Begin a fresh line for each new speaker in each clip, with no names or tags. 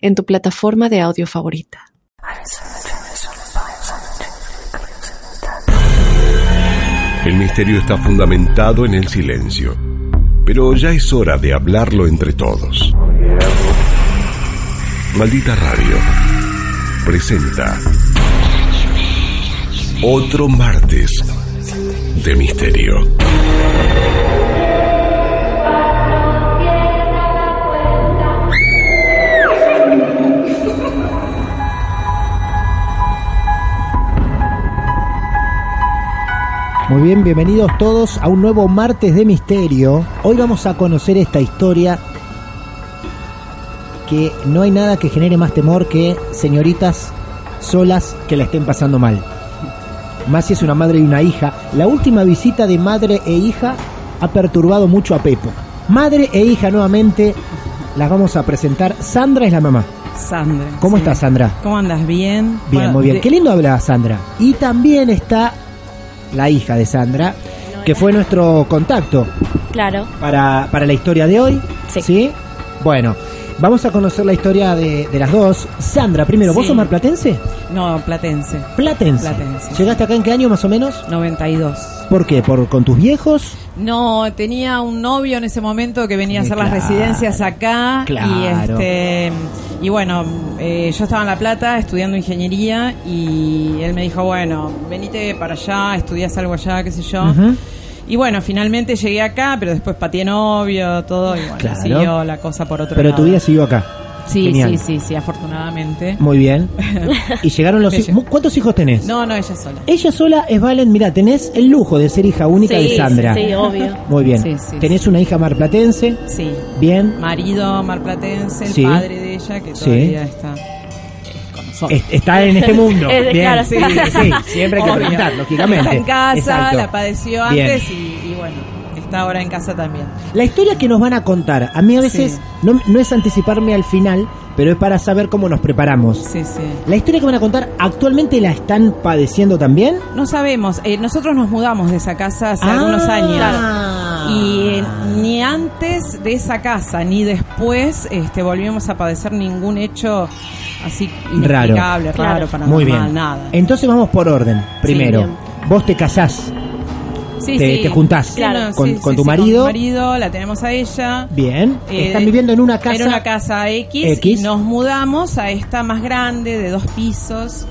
en tu plataforma de audio favorita.
El misterio está fundamentado en el silencio, pero ya es hora de hablarlo entre todos. Maldita Radio presenta otro martes de misterio.
Muy bien, bienvenidos todos a un nuevo martes de misterio. Hoy vamos a conocer esta historia que no hay nada que genere más temor que señoritas solas que la estén pasando mal. Más si es una madre y una hija. La última visita de madre e hija ha perturbado mucho a Pepo. Madre e hija nuevamente las vamos a presentar. Sandra es la mamá.
Sandra.
¿Cómo
sí.
estás, Sandra?
¿Cómo andas? ¿Bien?
Bien,
Bueno,
muy bien.
de-
Qué lindo habla Sandra. Y también está la hija de Sandra, que fue nuestro contacto
Claro.
para, para la historia de hoy.
Sí.
Bueno, vamos a conocer la historia de, de las dos. Sandra, primero, ¿vos
Sí.
sos marplatense?
No, Platense.
Platense.
Platense.
¿Llegaste acá en qué año más o menos?
92.
¿Por qué? ¿Por, ¿Con tus viejos?
No, tenía un novio en ese momento que venía a
Sí,
hacer las
Eh, claro.
residencias acá. Y
Claro.
este. Y bueno, eh, yo estaba en La Plata estudiando ingeniería y él me dijo, bueno, venite para allá, estudias algo allá, qué sé yo.
Ujú.
Y bueno, finalmente llegué acá, pero después pateé novio, todo, y bueno,
Claro.
siguió la cosa por otro
Pero
lado.
tu vida siguió acá.
Sí,
Genial. Mm.
sí, sí, sí, afortunadamente.
Muy bien. ¿Y llegaron los
Me
hijos?
llegó.
¿Cuántos hijos tenés?
No, no, ella sola.
Ella sola es Valen, mira, tenés el lujo de ser hija única
sí,
de Sandra.
Sí, obvio.
Muy bien.
Sí, sí,
tenés una hija marplatense.
Sí.
Bien.
marido marplatense, el
Sí.
padre de ella, que
Sí.
todavía está eh, con nosotros.
Es- Está en este mundo.
Eh,
Bien.
claro,
sí,
sí.
sí, siempre hay que
Obvio.
preguntar, lógicamente.
Está en casa,
Exacto.
la padeció
Bien.
antes y, y bueno, está ahora en casa también.
La historia que nos van a contar, a mí a veces
Sí.
no, no es anticiparme al final, pero es para saber cómo nos preparamos.
Sí, sí.
La historia que van a contar, ¿actualmente la están padeciendo también?
No sabemos, eh, nosotros nos mudamos de esa casa hace
Ah.
algunos años.
Claro.
Y eh, ni antes de esa casa ni después este, volvimos a padecer ningún hecho así
Raro.
inexplicable, raro,
Claro.
paranormal,
Ah. Muy bien. Eh,
nada.
Entonces vamos por orden. Primero,
bien.
vos te casás.
Sí,
te- te juntás
Claro,
con- con tu marido.
Con mi marido, la tenemos a ella.
Bien.
Eh,
Están viviendo en una casa.
Era una casa X,
X.
y nos mudamos a esta más grande de dos pisos.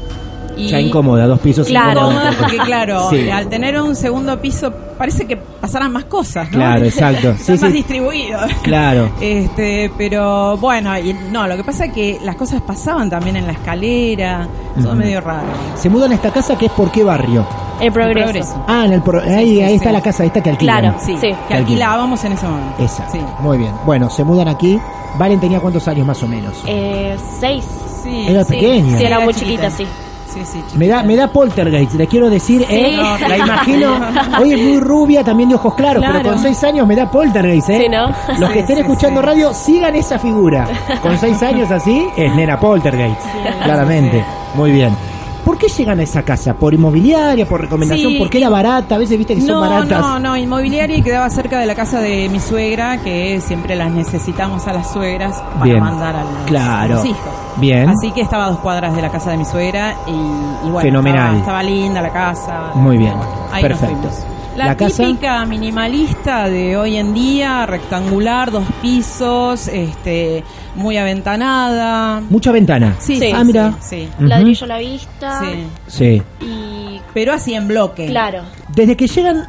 Y
Ya incómoda, dos pisos
Claro.
Incómoda
incómodos.
porque claro,
Sí.
al tener un segundo piso parece que pasaran más cosas, ¿no?
Claro, exacto.
Están
Sí,
más
sí.
distribuidos.
Claro.
Este, pero bueno, y no, lo que pasa es que las cosas pasaban también en la escalera, todo
Ujú.
medio raro.
Se mudan a esta casa que es por qué barrio.
El progreso.
Progreso.
Ah, en el pro- ahí,
sí,
ahí
sí.
está la casa esta que alquilan.
Claro.
Sí,
Sí.
que alquilábamos en ese momento.
Esa.
Sí.
Muy bien. Bueno, se mudan aquí. Valen tenía cuántos años más o menos.
Eh, seis.
Sí,
Era
sí.
pequeña.
Sí, era muy chiquita, sí.
Sí, sí, chiquita.
Me da, me da poltergeist, le quiero decir, ¿eh?
No,
la imagino. Hoy es muy rubia, también de ojos claros,
Claro.
pero con seis años me da poltergeist, ¿eh?
Sí, ¿no?
Los que
Sí,
estén
sí,
escuchando
sí.
radio, sigan esa figura. Con seis años así, es nena poltergeist, claramente.
Sí.
Muy bien. ¿Por qué llegan a esa casa? ¿Por inmobiliaria? ¿Por recomendación?
Sí.
¿Porque era barata? A veces viste que son
No,
baratas.
no, no, inmobiliaria y quedaba cerca de la casa de mi suegra, que siempre las necesitamos a las suegras para
Bien.
mandar a los,
Claro.
a los hijos.
Bien.
Así que estaba a dos cuadras de la casa de mi suegra y, y bueno,
Fenomenal.
Estaba, estaba linda la casa.
Muy bien.
Ahí
Perfecto.
nos fuimos. La,
La casa-
típica minimalista de hoy en día, rectangular, dos pisos, este, muy aventanada.
Mucha ventana.
Sí,
Sí.
sí,
Ah, mira.
sí, sí.
Ujú.
Ladrillo a la vista.
Sí.
Sí.
Y.
Pero así en bloque.
Claro.
Desde que llegan,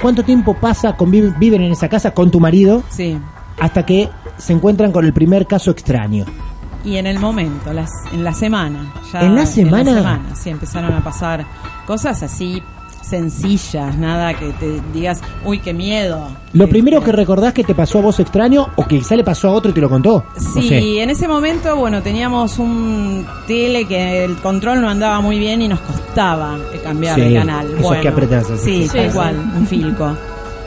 ¿cuánto tiempo pasa, conviven, viven en esa casa con tu marido?
Sí.
Hasta que se encuentran con el primer caso extraño.
Y en el momento, las, en la semana. ya-
¿En la semana?
En la semana, sí, empezaron a pasar cosas así sencillas, nada que te digas, uy, qué miedo.
Lo
Eh,
primero que recordás que te pasó a vos extraño o que quizá le pasó a otro y te lo contó. No
Sí,
sé.
en ese momento, bueno, teníamos un tele que el control no andaba muy bien y nos costaba eh, cambiar
Sí,
de canal.
esos
bueno,
que apretás, así.
Sí,
Sí,
tal
sí.
cual, un filco.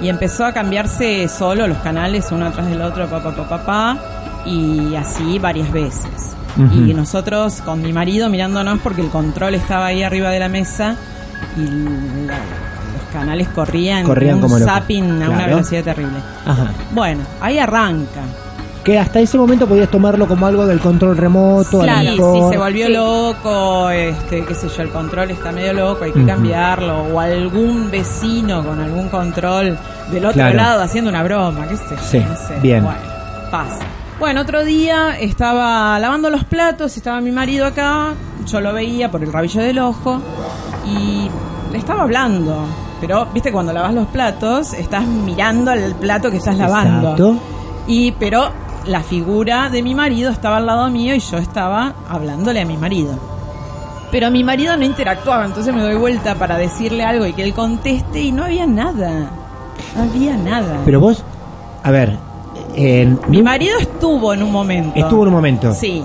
Y empezó a cambiarse solo los canales, uno atrás del otro, papá, papá, papá, y así varias veces.
Ujú.
Y nosotros con mi marido mirándonos porque el control estaba ahí arriba de la mesa y la- los canales corrían,
Corrían
un
como locos.
zapping a una
Claro.
velocidad terrible.
Ajá.
Bueno, ahí arranca.
Que hasta ese momento podías tomarlo como algo del control remoto. a
Claro,
lo
sí,
mejor.
se volvió
Sí.
loco, este, qué sé yo, el control está medio loco, hay que
Ujú.
cambiarlo, o algún vecino con algún control del otro
Claro.
lado haciendo una broma, qué sé yo,
Sí,
no sé.
bien.
Bueno, pasa. Bueno, otro día estaba lavando los platos, estaba mi marido acá, yo lo veía por el rabillo del ojo y le estaba hablando. Pero, viste, cuando lavas los platos, estás mirando al plato que estás lavando.
Exacto.
Y pero la figura de mi marido estaba al lado mío y yo estaba hablándole a mi marido. Pero mi marido no interactuaba, entonces me doy vuelta para decirle algo y que él conteste y no había nada. No había nada.
Pero vos, a ver, en-
mi marido estuvo en un momento.
estuvo en un momento.
Sí.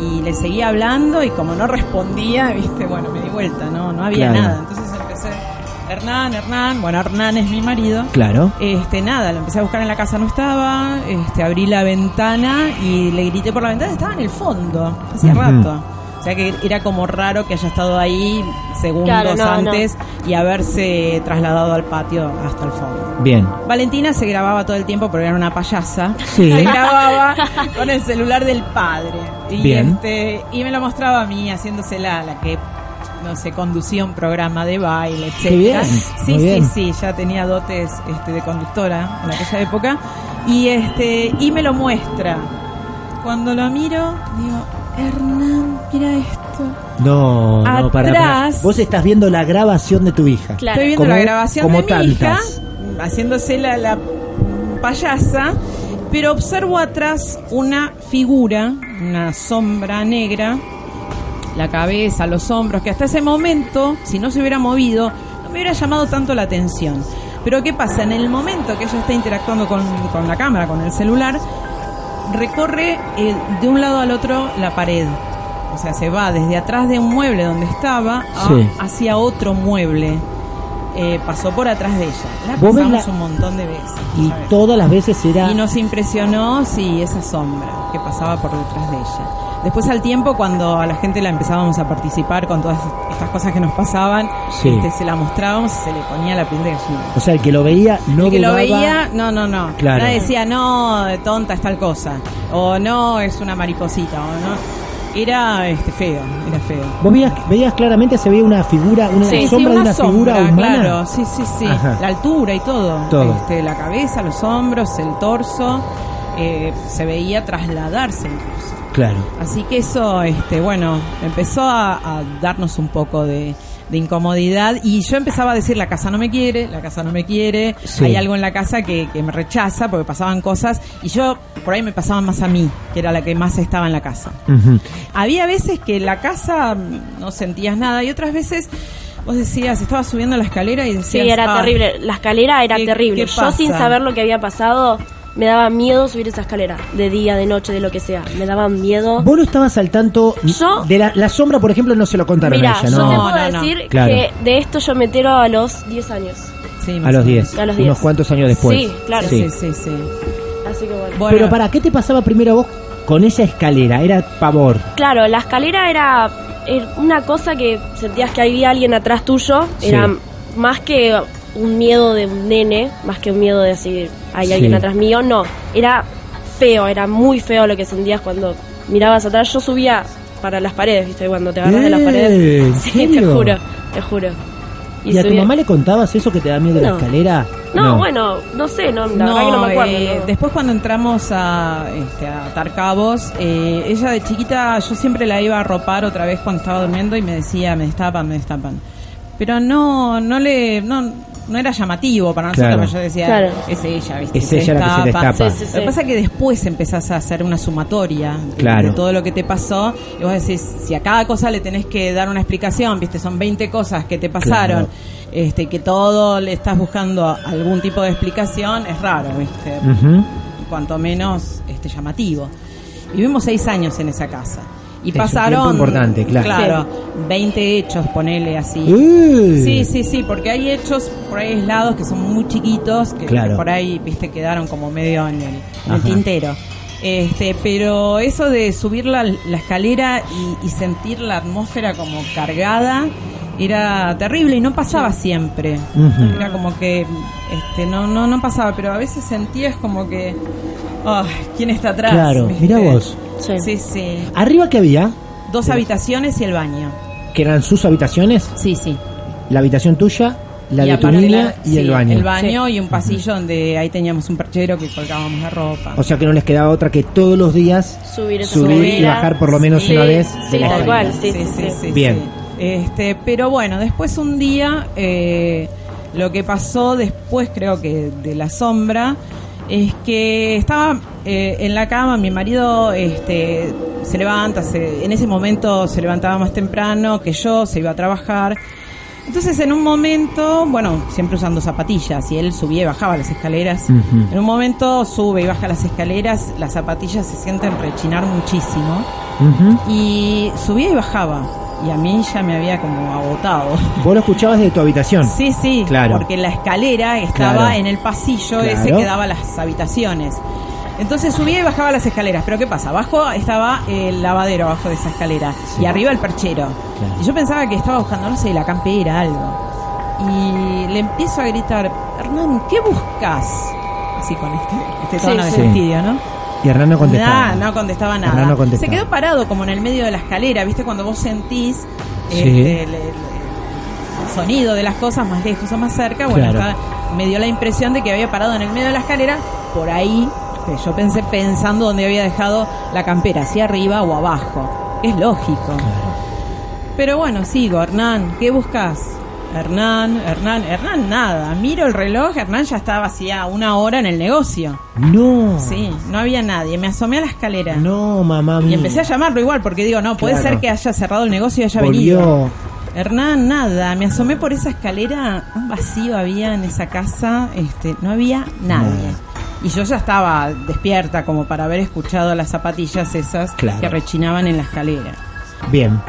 Y le seguía hablando y como no respondía, viste, bueno, me di vuelta, no, no había
Claro.
nada. Entonces empecé, Hernán, Hernán, bueno, Hernán es mi marido.
Claro.
Este, nada, lo empecé a buscar en la casa, no estaba. Este, abrí la ventana y le grité por la ventana, estaba en el fondo, hacía
Ujú.
rato. O sea que era como raro que haya estado ahí segundos
Claro, no, no.
antes y haberse trasladado al patio hasta el fondo.
Bien.
Valentina se grababa todo el tiempo porque era una payasa.
Sí.
Se grababa con el celular del padre. Y,
Bien.
Este, y me lo mostraba a mí haciéndosela, la que, no sé, conducía un programa de baile, etc.
Qué bien,
Sí,
muy
sí,
bien.
sí, ya tenía dotes este, de conductora en aquella época. Y, este, y me lo muestra. Cuando lo miro, digo, Hernán, mira esto.
No, no, para, para.
Atrás.
Vos estás viendo la grabación de tu hija.
Claro.
Estoy viendo
Como-
la grabación
como
de
tantas.
mi hija haciéndose la, la payasa, pero observo atrás una figura, una sombra negra, la cabeza, los hombros, que hasta ese momento, si no se hubiera movido, no me hubiera llamado tanto la atención. Pero ¿qué pasa? En el momento que ella está interactuando con, con la cámara, con el celular, recorre eh, de un lado al otro la pared. O sea, se va desde atrás de un mueble donde estaba a-
Sí.
hacia otro mueble. Eh, pasó por atrás de ella. La
Vos ves
pasamos
la-
un montón de veces.
Y
¿sabes?
todas las veces era.
Y nos impresionó, sí, esa sombra que pasaba por detrás de ella. Después al tiempo, cuando a la gente la empezábamos a participar con todas estas cosas que nos pasaban,
Sí.
este, se la mostrábamos y se le ponía la piel de gallina.
O sea, el que lo veía no
El que lo
dudaba.
veía, no, no, no.
Claro.
Nadie decía, no, tonta es tal cosa. O no, es una mariposita. O no. Era este, feo, era feo.
Vos veías, veías claramente, se veía una figura, una
Sí, sí,
sombra de una
sombra,
figura humana.
Claro, sí, sí, sí.
Ajá.
La altura y todo.
Todo.
Este, la cabeza, los hombros, el torso. eh, se veía trasladarse incluso.
Claro.
Así que eso, este, bueno, empezó a, a darnos un poco de, de incomodidad y yo empezaba a decir la casa no me quiere, la casa no me quiere,
Sí.
hay algo en la casa que, que me rechaza porque pasaban cosas y yo por ahí me pasaban más a mí, que era la que más estaba en la casa.
Ujú.
Había veces que en la casa mm, no sentías nada y otras veces vos decías, estabas subiendo la escalera y
Sí,
decías...
era
"Ah".
terrible. La escalera era
¿Qué-
terrible.
qué
Yo sin
pasa?
saber lo que había pasado, me daba miedo subir esa escalera. De día, de noche, de lo que sea. Me daba miedo.
Vos no estabas al tanto.
Yo-
De la, la sombra, por ejemplo, no se lo contaron
Mira,
a ella,
yo
¿no?
te puedo
No, no, no.
decir
Claro.
que de esto yo me entero a los 10 años.
Sí, más
A
o
los
menos.
10.
A los
Unos
10.
cuantos años después.
Sí, claro.
Sí, sí, sí.
Así que bueno.
Bueno,
Pero para, ¿qué te pasaba primero a vos con esa escalera? Era pavor.
Claro, la escalera era, era una cosa que sentías que había alguien atrás tuyo.
Sí.
Era más que un miedo de un nene, más que un miedo de decir hay
Sí.
alguien atrás mío. No, era feo, era muy feo lo que sentías cuando mirabas atrás. Yo subía para las paredes, ¿viste? Cuando te agarras de las
Eh, ¿en
paredes. Sí, te
serio?
juro, te juro.
¿Y, a tu
subía-
mamá le contabas eso que te da miedo de la
No.
escalera?
No, bueno, no sé, no, la verdad que no me acuerdo.
eh,
no.
después cuando entramos a, este, a atar cabos, eh, ella de chiquita yo siempre la iba a ropar otra vez cuando estaba durmiendo y me decía, me destapan, me destapan. Pero no, no le, no, no era llamativo para nosotros,
Claro.
pero yo decía,
Claro.
es ella, ¿viste?
Es
Se
ella la que se destapa.
Sí, sí, sí.
Lo que pasa es que después empezás a hacer una sumatoria de-
Claro.
de todo lo que te pasó y vos decís, si a cada cosa le tenés que dar una explicación, viste, son 20 cosas que te pasaron,
Claro.
este que todo le estás buscando algún tipo de explicación, es raro, viste
Ujú.
cuanto menos este llamativo. Vivimos seis años en esa casa. Y
Es un
pasaron.
tiempo importante, claro.
20 hechos, ponele así.
Eh.
Sí, sí, sí, porque hay hechos por ahí aislados que son muy chiquitos, que,
Claro.
que por ahí, viste, quedaron como medio en el, en el
Ajá.
tintero. Este, pero eso de subir la, la escalera y, y sentir la atmósfera como cargada era terrible y no pasaba siempre.
Ujú.
Era como que este, no, no, no pasaba, pero a veces sentías como que, ah, ¿quién está atrás?
Claro,
¿Viste?
mira vos.
Sí.
Sí, sí.
Arriba que había,
Dos habitaciones y el baño.
que eran sus habitaciones,
Sí, sí.
la habitación tuya, la
Y
de tu
aparte
niña
la-
y el
sí,
baño.
El baño y un pasillo donde ahí teníamos un perchero que colgábamos la ropa.
O sea que no les quedaba otra que todos los días
Subir esa
subir y
escalera.
bajar por lo menos
Sí,
una vez.
sí,
de la
tal
escalera.
cual. sí, sí, sí.
Bien.
Este, pero bueno, después un día, eh, lo que pasó después, creo que de la sombra, es que estaba eh, en la cama, mi marido este, se levanta, se- en ese momento se levantaba más temprano que yo, se iba a trabajar. Entonces en un momento, bueno, siempre usando zapatillas, y él subía y bajaba las escaleras.
Ujú.
En un momento sube y baja las escaleras, las zapatillas se sienten rechinar muchísimo.
Ujú.
Y subía y bajaba. Y a mí ya me había como agotado.
Vos lo escuchabas desde tu habitación.
Sí, sí,
Claro.
porque la escalera estaba
Claro.
en el pasillo ese
Claro.
que daba a las habitaciones. Entonces subía y bajaba las escaleras. Pero ¿qué pasa? Abajo estaba el lavadero, abajo de esa escalera. Y arriba el perchero.
Claro.
Y yo pensaba que estaba buscando, no sé, la campera, algo. Y le empiezo a gritar, Hernán, ¿qué buscas? Así con este, este
Sí,
tono de
sí.
fastidio, ¿no?
Y Hernán no contestaba.
Nah, no contestaba nada.
Hernán no contestaba.
Se quedó parado como en el medio de la escalera, ¿viste? Cuando vos sentís
Sí.
este, el, el- el sonido de las cosas más lejos o más cerca. Bueno,
Claro.
estaba- me dio la impresión de que había parado en el medio de la escalera, por ahí, que yo pensé pensando dónde había dejado la campera, si arriba o abajo. Es lógico. Pero bueno, sigo, Hernán, ¿qué buscas? Hernán, Hernán, Hernán, nada. Miro el reloj, Hernán ya estaba hacía una hora en el negocio.
No.
Sí, no había nadie. Me asomé a la escalera.
Ah. No, mamá
Y
mía.
empecé a llamarlo igual, porque digo, no, puede
Claro.
ser que haya cerrado el negocio y haya venido.
Volvió.
Hernán, nada. Me asomé por esa escalera. Un vacío había en esa casa. este No había nadie.
Nada.
Y yo ya estaba despierta, como para haber escuchado las zapatillas esas
Claro.
que rechinaban en la escalera.
Bien.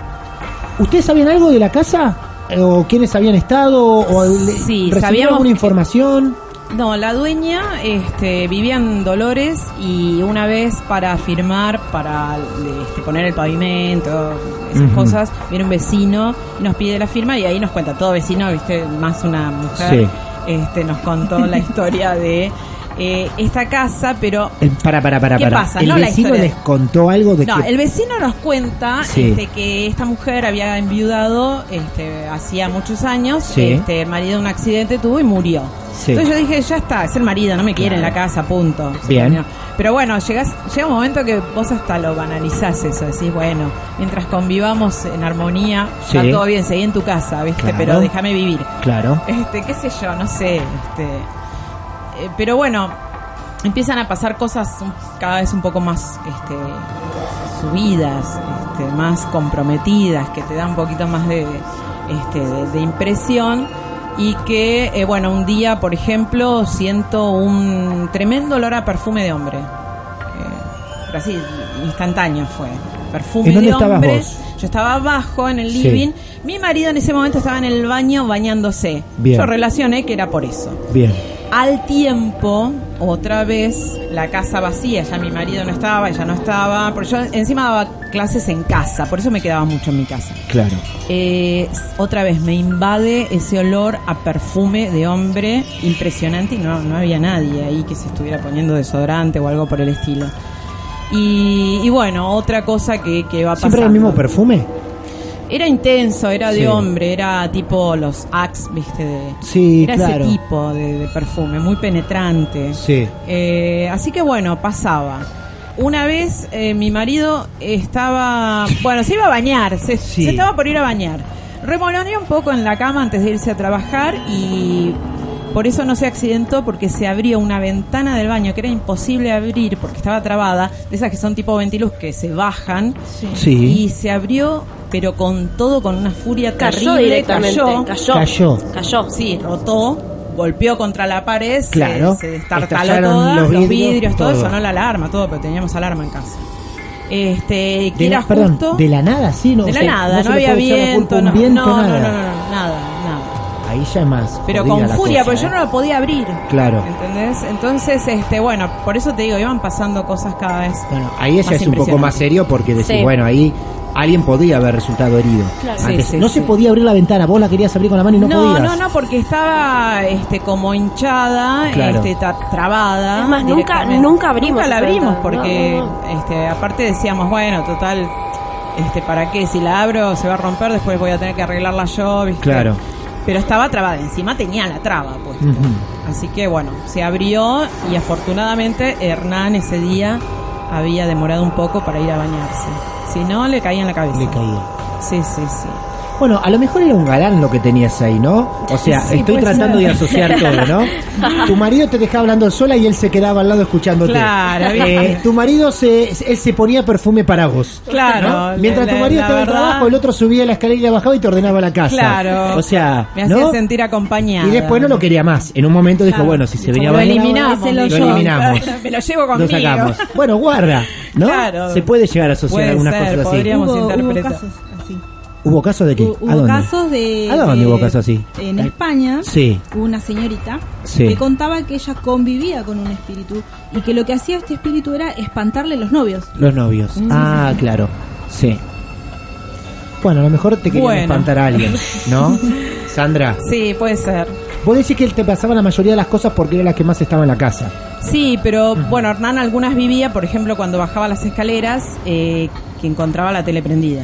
¿Ustedes sabían algo de la casa? ¿O quiénes habían estado? ¿O le-
Sí,
recibieron
sabíamos
alguna
que-
información?
No, la dueña este, vivía en Dolores y una vez para firmar, para este, poner el pavimento, esas
Ujú.
cosas, viene un vecino, nos pide la firma y ahí nos cuenta todo vecino, viste, más una mujer, este, nos contó la historia de eh, esta casa, pero
Eh, Para, para, para,
¿Qué
para.
pasa?
¿El
No, la
vecino
historia.
les contó algo de
no,
que
el vecino nos cuenta
Sí.
este, que esta mujer había enviudado este, hacía muchos años.
Sí.
Este, el marido un accidente tuvo y murió.
Sí.
Entonces yo dije, ya está, es el marido, no me quiere en la casa, punto. Se
Bien.
terminó. Pero bueno, llegás, llega un momento que vos hasta lo banalizás eso. Decís, bueno, mientras convivamos en armonía, está
Sí.
todo bien, seguí en tu casa, ¿viste?
Claro.
Pero déjame vivir.
Claro.
Este, qué sé yo, no sé. Este, eh, pero bueno, empiezan a pasar cosas un- cada vez un poco más este, subidas, este, más comprometidas, que te dan un poquito más de, este, de, de impresión. Y que, eh, bueno, un día, por ejemplo, siento un tremendo olor a perfume de hombre. Eh, pero así, instantáneo fue. Perfume
¿En dónde
de
estabas
hombre.
vos?
Yo estaba abajo en el
Sí.
living. Mi marido en ese momento estaba en el baño bañándose.
Bien.
Yo relacioné que era por eso.
Bien.
Al tiempo, otra vez, la casa vacía, ya mi marido no estaba, ella no estaba, porque yo encima daba clases en casa, por eso me quedaba mucho en mi casa.
Claro.
Eh, otra vez me invade ese olor a perfume de hombre impresionante y no, no había nadie ahí que se estuviera poniendo desodorante o algo por el estilo. Y, y bueno, otra cosa que, que va a pasar.
¿Siempre era el mismo perfume?
Era intenso, era de
Sí.
hombre, era tipo los Axe, viste, de...
Sí,
era
claro.
ese tipo de, de perfume, muy penetrante.
Sí.
Eh, así que bueno, pasaba. Una vez eh, mi marido estaba, bueno, se iba a bañar, se,
Sí.
se estaba por ir a bañar. Remoloneó un poco en la cama antes de irse a trabajar y Por eso no se accidentó porque se abrió una ventana del baño que era imposible abrir porque estaba trabada, de esas que son tipo ventilus que se bajan.
Sí.
Y se abrió, pero con todo, con una furia
Cayó
terrible,
directamente.
cayó.
Cayó.
Cayó.
Cayó.
Sí, rotó, golpeó contra la pared, se-
Claro.
se, destartaló
Estallaron
toda,
los
los vidrios,
vidrios,
todo,
todo.
sonó la alarma, todo, pero teníamos alarma en casa. Este, que
De
era
la, perdón,
justo
de la nada, sí, no
de la
o sea,
nada,
se
no
le
había
puede echar la culpa
viento,
a un viento,
no, no, no, no, no,
nada.
nada, nada.
Ahí ya es más.
Pero
jodida
con
la
furia,
cosa,
porque yo
¿eh?
no la podía abrir.
Claro.
¿Entendés? Entonces, este, bueno, por eso te digo, iban pasando cosas cada vez.
Bueno, ahí
Más
ya es un poco
impresionante.
más serio porque decís,
Sí.
bueno, ahí alguien podía haber resultado herido.
Claro.
Antes,
Sí, sí,
no se
sí.
podía abrir la ventana, vos la querías abrir con la mano y no,
no,
podías.
no, no, porque estaba este, como hinchada,
Claro.
este, ta- trabada.
Es más, nunca-
directamente.
nunca abrimos
Nunca la
esa
abrimos
ventana.
porque,
No, no,
este, aparte decíamos, bueno, total, este, ¿para qué? Si la abro se va a romper, después voy a tener que arreglarla yo, ¿viste?
Claro.
Pero estaba trabada, encima tenía la traba, pues.
Ujú.
Así que bueno, se abrió y afortunadamente Hernán ese día había demorado un poco para ir a bañarse. Si no, le caía en la cabeza.
Le caía.
Sí, sí, sí.
Bueno, a lo mejor era un galán lo que tenías ahí, ¿no? O sea,
Sí,
estoy
puede
tratando
ser.
de asociar todo, ¿no? Tu marido te dejaba hablando sola y él se quedaba al lado escuchándote.
Claro,
Eh,
bien.
tu marido se, él se ponía perfume para vos.
Claro.
¿no? Mientras
la-
tu marido
la
estaba en
verdad,
trabajo, el otro subía la escalera y la bajaba y te ordenaba la casa.
Claro.
O sea,
Me
¿no?
hacía sentir acompañada.
Y después no lo quería más. En un momento dijo,
Claro.
bueno, si se
Como
venía a
lo
bañar
eliminamos,
ahora, lo,
dijo.
eliminamos.
Me lo llevo
Lo
conmigo.
sacamos. Bueno, guarda, ¿no?
Claro.
Se puede llegar a asociar
Puede
algunas
ser,
cosas así.
podríamos
Hubo, hubo
interpretar.
casos así.
¿Hubo casos de qué?
Hubo,
¿A dónde?
casos de.
¿A dónde
de-
hubo casos así?
En
Ay.
España.
Sí.
hubo Una señorita
Sí.
que contaba que ella convivía con un espíritu y que lo que hacía este espíritu era espantarle los novios.
Los novios.
Mm.
Ah, claro. Sí. Bueno, a lo mejor te querían
Bueno.
espantar a alguien, ¿no? Sandra,
Sí, puede ser.
vos decís que él te pasaba la mayoría de las cosas porque era la que más estaba en la casa.
Sí, pero bueno, Hernán algunas vivía, por ejemplo, cuando bajaba las escaleras, eh, que encontraba la tele prendida.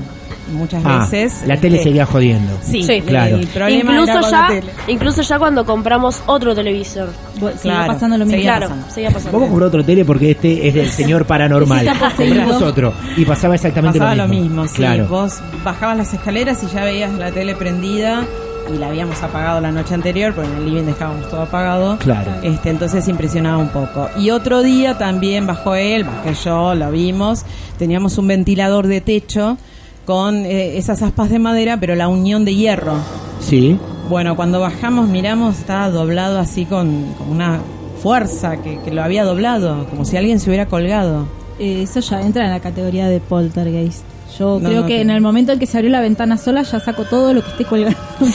Muchas
Ah,
veces.
la tele
eh,
seguía jodiendo.
Sí,
Sí.
Claro.
El problema era
Incluso
con
ya,
la tele.
incluso ya cuando compramos otro televisor.
Bueno, seguía
Claro,
pasando lo mismo.
seguía
claro,
pasando.
seguía pasando.
Vamos a comprar otro tele porque este es del señor paranormal.
Está poseído.
Compramos otro. Y pasaba exactamente
Pasaba
lo mismo.
sí.
Claro.
Vos bajabas las escaleras y ya veías la tele prendida y la habíamos apagado la noche anterior, porque en el living dejábamos todo apagado.
Claro.
Este, entonces impresionaba un poco. Y otro día también bajó él, bajé yo, lo vimos. Teníamos un ventilador de techo con eh, esas aspas de madera, pero la unión de hierro.
Sí.
Bueno, cuando bajamos, miramos, estaba doblado así con, con una fuerza que, que lo había doblado, como si alguien se hubiera colgado.
Eh, eso ya entra en la categoría de poltergeist. Yo
No,
creo
no,
que
no.
en el momento en que se abrió la ventana sola ya saco todo lo que esté colgando.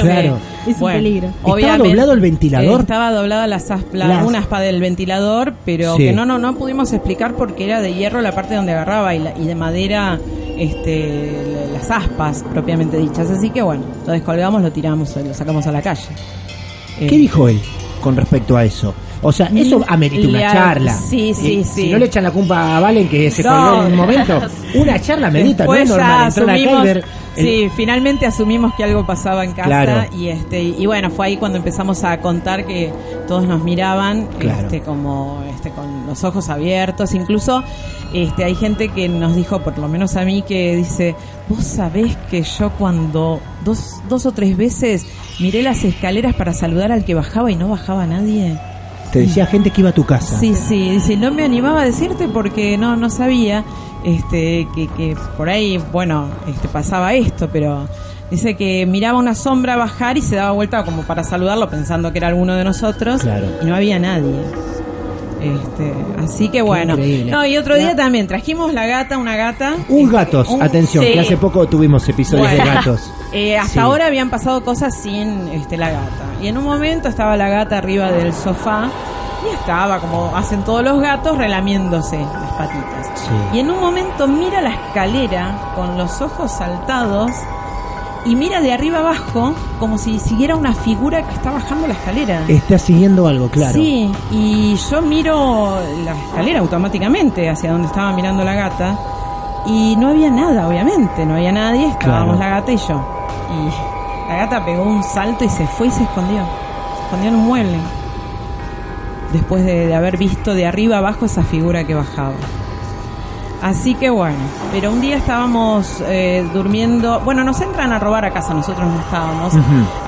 Claro.
Es un peligro.
¿Estaba doblado el ventilador?
eh, estaba doblada la aspa,
Las-
una aspa del ventilador, pero
Sí.
que no, no, no pudimos explicar porque era de hierro la parte donde agarraba y, la- y de madera este, la- las aspas propiamente dichas. Así que bueno, lo descolgamos, lo tiramos, lo sacamos a la calle. Eh,
¿Qué dijo él con respecto a eso? O sea, eso amerita una
La-
charla.
sí,
Eh,
sí,
Si
sí.
no le echan la culpa a Valen que se
No.
colgó en un momento, una charla medita, no es
Después
normal.
ya
Entrar acá y
asumimos,
ver el-
sí, finalmente asumimos que algo pasaba en casa
Claro.
y este y bueno fue ahí cuando empezamos a contar que todos nos miraban
Claro.
este como este con los ojos abiertos, incluso este hay gente que nos dijo por lo menos a mí que dice vos sabés que yo cuando dos dos o tres veces miré las escaleras para saludar al que bajaba y no bajaba nadie.
Te decía gente que iba a tu casa.
Sí, sí, dice, no me animaba a decirte porque no, no sabía este, que, que por ahí, bueno, este, pasaba esto, pero dice que miraba una sombra bajar y se daba vuelta como para saludarlo pensando que era alguno de nosotros
Claro.
y no había nadie. Este, así que bueno.
increíble.
No, y otro día también trajimos la gata, una gata.
Un
este,
gatos,
un-
atención,
sí.
que hace poco tuvimos episodios
Bueno.
de gatos.
eh, hasta
Sí.
ahora habían pasado cosas sin este, la gata. Y en un momento estaba la gata arriba del sofá y estaba, como hacen todos los gatos, relamiéndose las patitas.
Sí.
Y en un momento mira la escalera con los ojos saltados y mira de arriba abajo como si siguiera una figura que está bajando la escalera.
Está siguiendo algo, claro.
Sí, y yo miro la escalera automáticamente hacia donde estaba mirando la gata y no había nada, obviamente, no había nadie, estábamos
Claro.
la gata y yo. Y la gata pegó un salto y se fue y se escondió. Se escondió en un mueble. Después de, de haber visto de arriba abajo esa figura que bajaba. Así que bueno, pero un día estábamos eh, durmiendo, bueno, nos entran a robar a casa, nosotros no estábamos,
Ujú.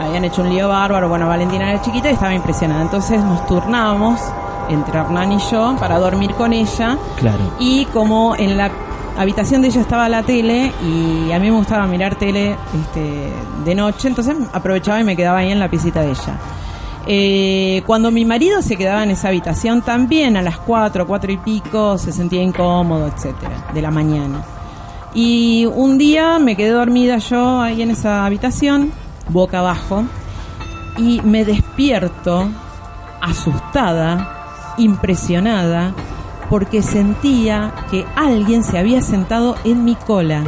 habían hecho un lío bárbaro, bueno, Valentina era chiquita y estaba impresionada, entonces nos turnábamos entre Hernán y yo para dormir con ella
Claro.
y como en la habitación de ella estaba la tele y a mí me gustaba mirar tele este, de noche, entonces aprovechaba y me quedaba ahí en la pisita de ella. Eh, cuando mi marido se quedaba en esa habitación también a las 4, 4 y pico se sentía incómodo, etcétera, de la mañana. Y un día me quedé dormida yo ahí en esa habitación, boca abajo, y me despierto asustada, impresionada, porque sentía que alguien se había sentado en mi cola.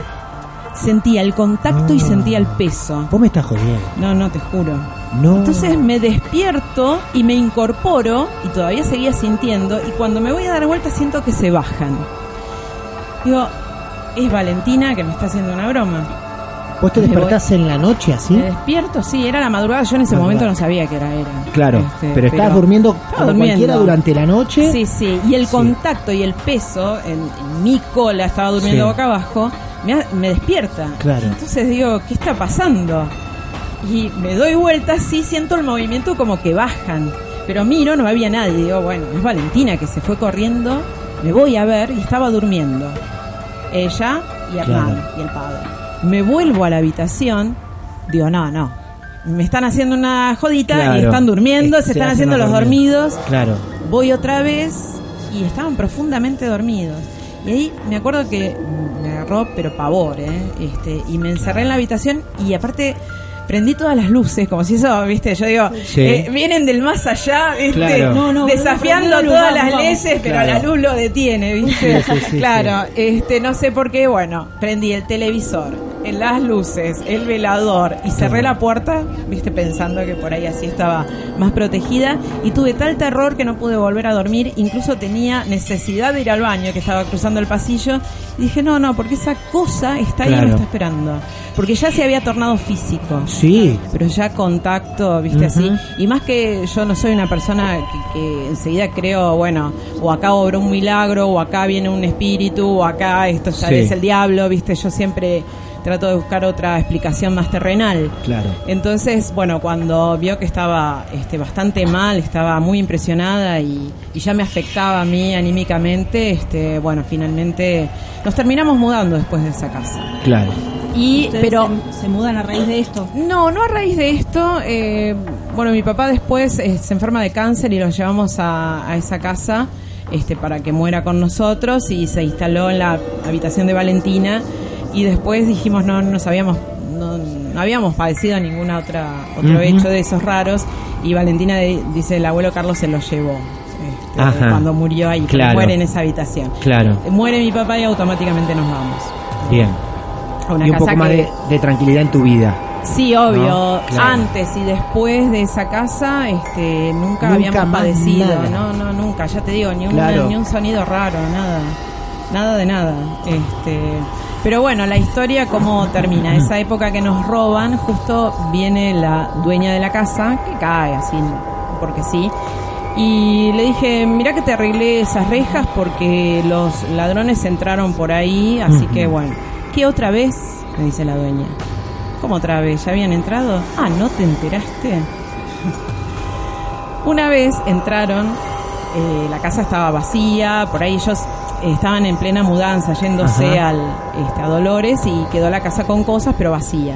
Sentía el contacto y
No.
sentía el peso.
Vos me estás jodiendo.
No, no, te juro.
No.
Entonces me despierto y me incorporo y todavía seguía sintiendo y cuando me voy a dar vuelta siento que se bajan. Digo, es Valentina que me está haciendo una broma.
¿Vos te
me
despertás en la noche así?
Me despierto, sí, era la madrugada, yo en ese
Madrugada.
momento no sabía que era era.
Claro.
Este,
pero estás durmiendo
Estaba
como
durmiendo.
cualquiera durante la noche.
Sí, sí, y el
Sí.
contacto y el peso en, en mi cola, estaba durmiendo
Sí.
boca abajo, me, ha- me despierta.
Claro.
Entonces digo, ¿qué está pasando? Y me doy vuelta, sí, siento el movimiento como que bajan. Pero miro, no había nadie. Digo, bueno, es Valentina que se fue corriendo, me voy a ver y estaba durmiendo. Ella y Hernán
Claro.
y el padre. Me vuelvo a la habitación, digo, no, no. Me están haciendo una jodita
Claro.
y están durmiendo,
Es-
se están
hacen
haciendo los dormidos.
Claro.
Voy otra vez y estaban profundamente dormidos. Y ahí me acuerdo que me agarró, pero pavor, ¿eh? Este, y me encerré en la habitación y aparte prendí todas las luces, como si eso, viste, yo digo,
Sí.
eh, vienen del más allá, viste,
Claro.
No, no,
desafiando
no, no,
todas
vamos,
las
vamos.
leyes, pero
Claro.
la luz lo detiene, viste.
Sí, sí, sí,
claro, este, no sé por qué, bueno, prendí el televisor, eh, las luces, el velador y cerré la puerta, viste, pensando que por ahí así estaba más protegida y tuve tal terror que no pude volver a dormir, incluso tenía necesidad de ir al baño, que estaba cruzando el pasillo y dije, no, no, porque esa cosa está ahí y
Claro.
me está esperando, porque ya se había tornado físico
Sí.
pero ya contacto, viste
Ujú.
así. Y más que yo no soy una persona que, que enseguida creo, bueno, o acá obró un milagro, o acá viene un espíritu, o acá esto ya
Sí.
es el diablo, viste. Yo siempre trato de buscar otra explicación más terrenal.
Claro.
Entonces, bueno, cuando vio que estaba este, bastante mal, estaba muy impresionada y, y ya me afectaba a mí anímicamente, este, bueno, finalmente nos terminamos mudando después de esa casa.
Claro.
Y,
Ustedes
pero
se, se mudan a raíz de esto.
no, no a raíz de esto. eh, bueno, mi papá después eh, se enferma de cáncer y lo llevamos a, a esa casa este, para que muera con nosotros y se instaló en la habitación de Valentina y después dijimos no nos habíamos no, no habíamos padecido ninguna otra otro
Ujú.
hecho de esos raros y Valentina de- dice el abuelo Carlos se lo llevó este,
Ajá.
cuando murió ahí
Claro.
muere en esa habitación
Claro.
muere mi papá y automáticamente nos vamos
Bien.
a una
y un
casa
poco más
que-
de, de tranquilidad en tu vida.
Sí, obvio.
¿No? Claro.
Antes y después de esa casa, este, nunca,
Nunca
habíamos
más
padecido.
nada.
No, no, nunca. Ya te digo, ni, una-
Claro.
ni un sonido raro, nada. Nada de nada. Este, pero bueno, la historia cómo termina. Esa época que nos roban, justo viene la dueña de la casa, que cae así, porque sí. Y le dije, mira que te arreglé esas rejas porque los ladrones entraron por ahí, así que bueno. ¿Qué otra vez? Me dice la dueña. ¿Cómo otra vez? ¿Ya habían entrado? Ah, ¿no te enteraste? Una vez entraron, eh, la casa estaba vacía, por ahí ellos eh, estaban en plena mudanza, yéndose
Ajá.
al, este, a Dolores y quedó la casa con cosas, pero vacía.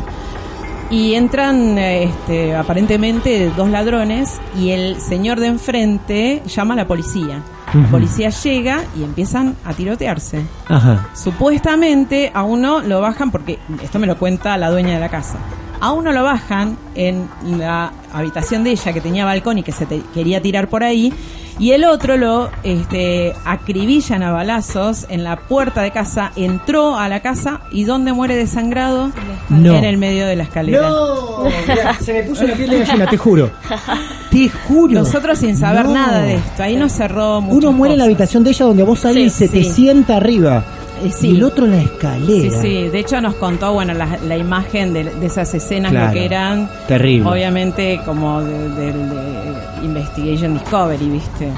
Y entran eh, este, aparentemente dos ladrones y el señor de enfrente llama a la policía. La
Ujú.
policía llega y empiezan a tirotearse.
Ajá.
Supuestamente a uno lo bajan, porque esto me lo cuenta la dueña de la casa, a uno lo bajan en la habitación de ella que tenía balcón y que se te- quería tirar por ahí, y el otro lo este, acribillan a balazos en la puerta de casa, entró a la casa y donde muere desangrado
No.
en el medio de la escalera.
No, mirá, se me puso la piel de gallina, te juro. Te juro.
Nosotros sin saber
No.
nada de esto, ahí nos cerró mucho.
Uno muere en la habitación de ella donde vos salís
Sí,
y se te
sí.
sienta arriba.
Eh, sí.
Y el otro en la
Sí,
escalera.
sí, de hecho nos contó, bueno, la, la imagen de, de esas escenas,
Claro.
lo que eran,
Terrible.
obviamente como del de, de Investigation Discovery, ¿viste?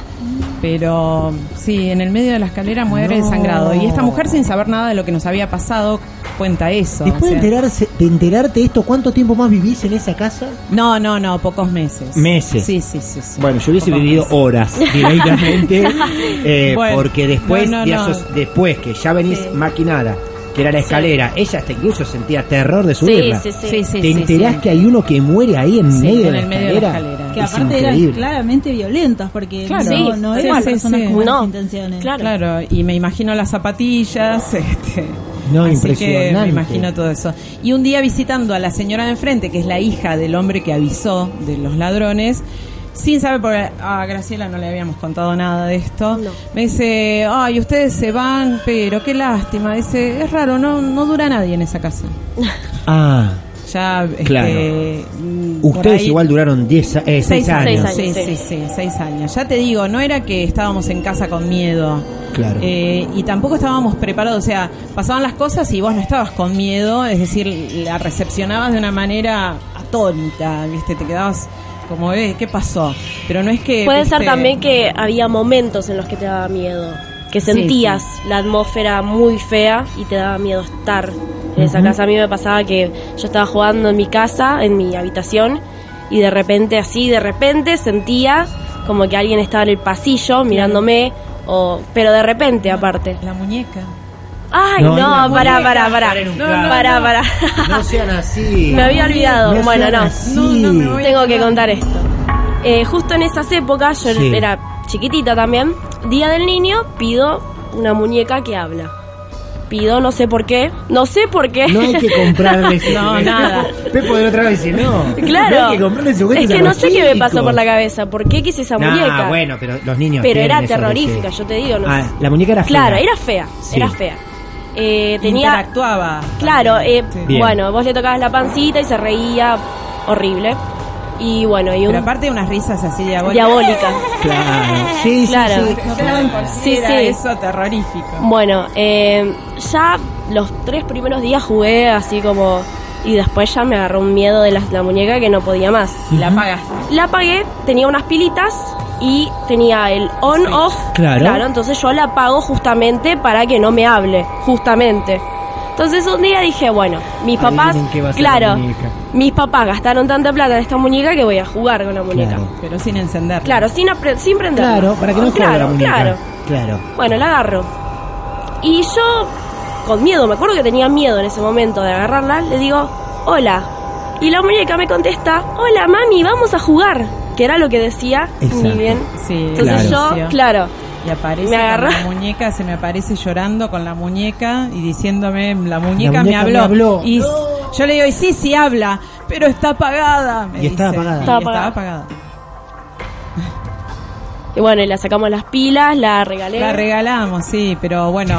Pero sí, en el medio de la escalera muere
No.
desangrado. Y esta mujer, sin saber nada de lo que nos había pasado, cuenta eso. o
Después de,
sea.
enterarse, de enterarte esto, ¿cuánto tiempo más vivís en esa casa?
No, no, no, pocos meses.
Meses.
Sí, sí, sí. sí.
Bueno, yo hubiese
Pocos
vivido
meses.
horas directamente, eh,
Bueno,
porque después,
no, no,
de
no.
aso- después que ya venís
Sí.
maquinada, que era la escalera, ella hasta incluso sentía terror de subirla.
sí, sí.
Sí, sí,
Te
sí,
enterás
sí.
que hay uno que muere ahí en,
Sí,
medio,
en
de
el
la
medio de la escalera.
escalera.
Que
Es
aparte eran
increíble.
claramente violentas, porque
Claro.
no, no
Sí,
eran
sí,
personas
sí.
con buenas
No.
intenciones.
Claro.
Claro, y me imagino las zapatillas, este.
No,
así
impresionante.
Que me imagino todo eso. Y un día visitando a la señora de enfrente, que es la hija del hombre que avisó de los ladrones, sin saber, porque a Graciela no le habíamos contado nada de esto,
No.
me dice, ay, ustedes se van, pero qué lástima. Dice, es raro, no, no dura nadie en esa casa.
Ah,
Ya, este,
Claro.
mm, por
ustedes
ahí-
igual duraron 10 a- eh, seis años.
años.
Sí, sí, sí, seis años. Ya te digo, no era que estábamos en casa con miedo.
Claro.
Eh, y tampoco estábamos preparados. O sea, pasaban las cosas y vos no estabas con miedo. Es decir, la recepcionabas de una manera atónita, ¿viste? Te quedabas como, eh, ¿qué pasó? Pero no es que.
Puede ser
¿viste?
también que había momentos en los que te daba miedo, que
Sí,
sentías la atmósfera muy fea y te daba miedo estar en esa casa. A mí me pasaba que yo estaba jugando en mi casa, en mi habitación, y de repente, así, de repente sentía como que alguien estaba en el pasillo mirándome, o, pero de repente aparte.
La muñeca.
Ay,
No,
no,
no, no
pará,
digas
pará, pará.
estar en un
No,
plan.
no, Pará, pará.
No sean así.
Me había olvidado.
No
Bueno,
sean
no.
así.
No, no me voy.
Tengo que contar esto. Eh, justo en esas épocas, yo
Sí.
era chiquitita también, Día del Niño, pido una muñeca que habla. Pido, no sé por qué, no sé por qué.
No hay que comprarle ese
No,
juguete.
nada.
Pepo de la otra vez dice, no.
claro.
No hay que comprarle ese juguete
es
a
que
los
no sé qué me pasó
chicos.
por la cabeza, por qué quise esa
Nah,
muñeca.
bueno, pero los niños.
Pero
tienen
era
esos
terrorífica,
deseos.
yo te digo, no
Ah,
sé.
la muñeca era fea.
Claro, era fea,
Sí.
era fea. Eh, tenía
Interactuaba.
Claro, eh,
Sí.
Bien.
bueno, vos le tocabas la pancita y se reía horrible. Y bueno, y un
Pero aparte unas risas así diabólicas.
diabólica.
Claro, sí, sí,
Claro.
sí.
Sí,
Era
sí.
eso terrorífico.
Bueno, eh, ya los tres primeros días jugué así como... Y después ya me agarró un miedo de la, la muñeca que no podía más.
Y la pagaste.
La apagué, tenía unas pilitas y tenía el on-off.
Claro.
entonces yo la apago justamente para que no me hable, justamente. Entonces un día dije, bueno, mis papás,
Adivinen qué va a ser la
claro,
muñeca.
mis papás gastaron tanta plata en esta muñeca que voy a jugar con la muñeca.
Claro.
Pero sin encenderla.
Claro, sin, apre- sin prender.
Claro, para que no juegue
claro,
la muñeca.
Claro.
Claro.
Bueno, la agarro. Y yo, con miedo, me acuerdo que tenía miedo en ese momento de agarrarla, le digo, hola. Y la muñeca me contesta, hola mami, vamos a jugar. Que era lo que decía, ni
Exacto.
bien.
Sí,
Entonces
claro.
yo, claro,
Y aparece
Me
con
agarró.
la muñeca, se me aparece llorando con la muñeca y diciéndome, la muñeca,
La muñeca
me,
me
habló.
habló.
Y s- yo le digo, y sí, sí habla, pero está apagada. me
Y estaba
dice.
apagada.
Y
Estaba
estaba
apagada.
apagada.
y bueno, y la sacamos las pilas, la regalé.
La regalamos, sí, pero bueno,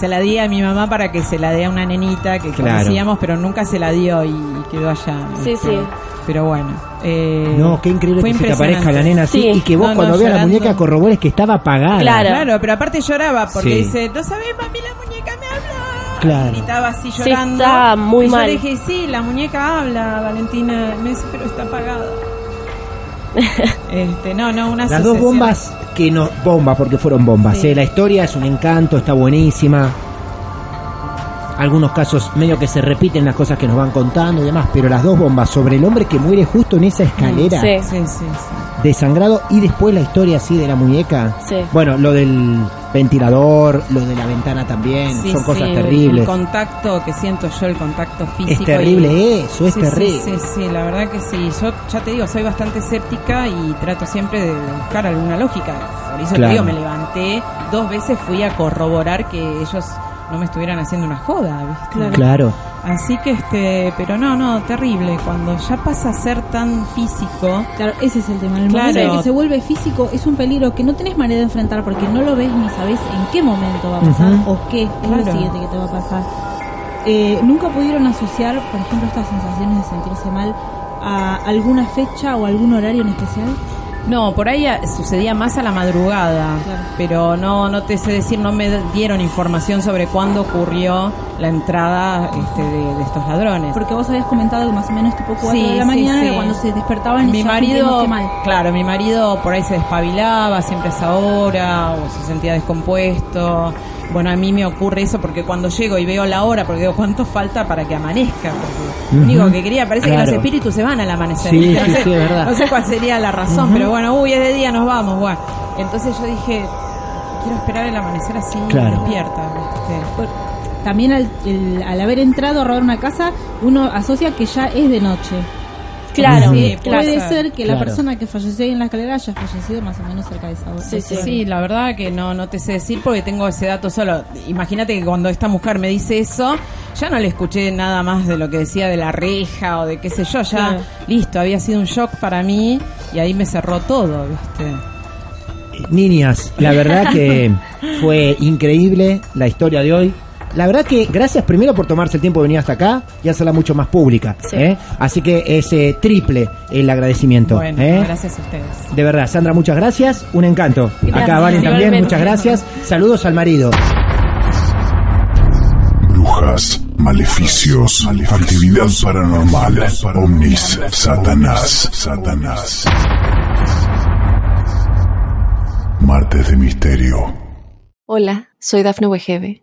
se la di a mi mamá para que se la dé a una nenita que
Claro.
conocíamos, pero nunca se la dio y, y quedó allá.
Sí,
este.
sí.
Pero bueno. eh,
No, qué increíble
fue
que se te
impresionante.
aparezca la nena así
Sí.
y que vos
No, no,
cuando veas la
llorando.
muñeca corrobores que estaba apagada.
Claro.
Claro, pero aparte lloraba porque
Sí.
dice, no sabés, mami, la muñeca me habla.
Claro.
Gritaba así
Sí,
llorando.
está muy
y yo
mal.
le dije, sí, la muñeca habla, Valentina. Me dice, pero está apagada. este, no, no, una
Las dos
sucesión.
bombas que no bombas porque fueron bombas.
Sí.
eh. La historia es un encanto, está buenísima. Algunos casos medio que se repiten las cosas que nos van contando y demás, pero las dos bombas sobre el hombre que muere justo en esa escalera,
Sí.
Sí, sí, sí.
desangrado y después la historia así de la muñeca.
Sí.
Bueno, lo del ventilador, lo de la ventana también,
Sí,
son cosas
sí,
terribles.
El contacto que siento yo, el contacto físico.
Es terrible
y-
eso, es
Sí, sí,
terrible.
Sí, sí, la verdad que sí. Yo ya te digo, soy bastante escéptica y trato siempre de buscar alguna lógica. Por eso
Claro.
te digo, me levanté dos veces, fui a corroborar que ellos no me estuvieran haciendo una joda, ¿viste?
Claro.
Así que este, pero no, no, terrible. Cuando ya pasa a ser tan físico,
Claro, ese es el tema. En el
Claro.
momento en que se vuelve físico es un peligro que no tenés manera de enfrentar porque no lo ves ni sabés en qué momento va a pasar
Ujú.
o qué es
Claro.
lo siguiente que te va a pasar. Eh, Nunca pudieron asociar, por ejemplo, estas sensaciones de sentirse mal a alguna fecha o algún horario en especial.
No, por ahí a- sucedía más a la madrugada,
Claro.
pero no, no te sé decir, no me dieron información sobre cuándo ocurrió la entrada este, de, de estos ladrones.
Porque vos habías comentado que más o menos tipo 4
Sí,
de la
sí,
mañana
sí.
era cuando se despertaban y
mi
ya
marido,
sintiéndose mal.
claro, mi marido por ahí se despabilaba siempre a esa hora o se sentía descompuesto. Bueno, a mí me ocurre eso porque cuando llego y veo la hora, porque digo, ¿cuánto falta para que amanezca? Porque lo
Ujú.
único que quería, parece que
Claro.
los espíritus se van al amanecer.
Sí, sí,
no, sé,
sí, es verdad.
no sé cuál sería la razón, pero bueno, uy, es de día, nos vamos, bueno. Entonces yo dije, quiero esperar el amanecer así,
Claro.
despierta. ¿viste?
Por- También al, el- al haber entrado a robar una casa, uno asocia que ya es de noche.
Claro,
Sí,
claro.
Puede ser que la
Claro.
persona que falleció ahí en la escalera haya fallecido más o menos cerca de esa hora.
Sí, sí.
Sí, la verdad que no, no te sé decir porque tengo ese dato solo. Imagínate que cuando esta mujer me dice eso, ya no le escuché nada más de lo que decía de la reja o de qué sé yo, ya
Claro.
listo, había sido un shock para mí y ahí me cerró todo, ¿viste?
Niñas, la verdad que fue increíble la historia de hoy. La verdad que gracias primero por tomarse el tiempo de venir hasta acá y hacerla mucho más pública.
Sí.
¿eh? Así que es eh, triple el agradecimiento.
Bueno,
¿eh?
gracias a ustedes.
De verdad, Sandra, muchas gracias. Un encanto. Acá Valen también,
Igualmente.
muchas gracias. Saludos al marido.
Brujas, maleficios, actividad paranormal, ovnis, Satanás, Satanás. Martes de misterio.
Hola, soy Dafne Wegebe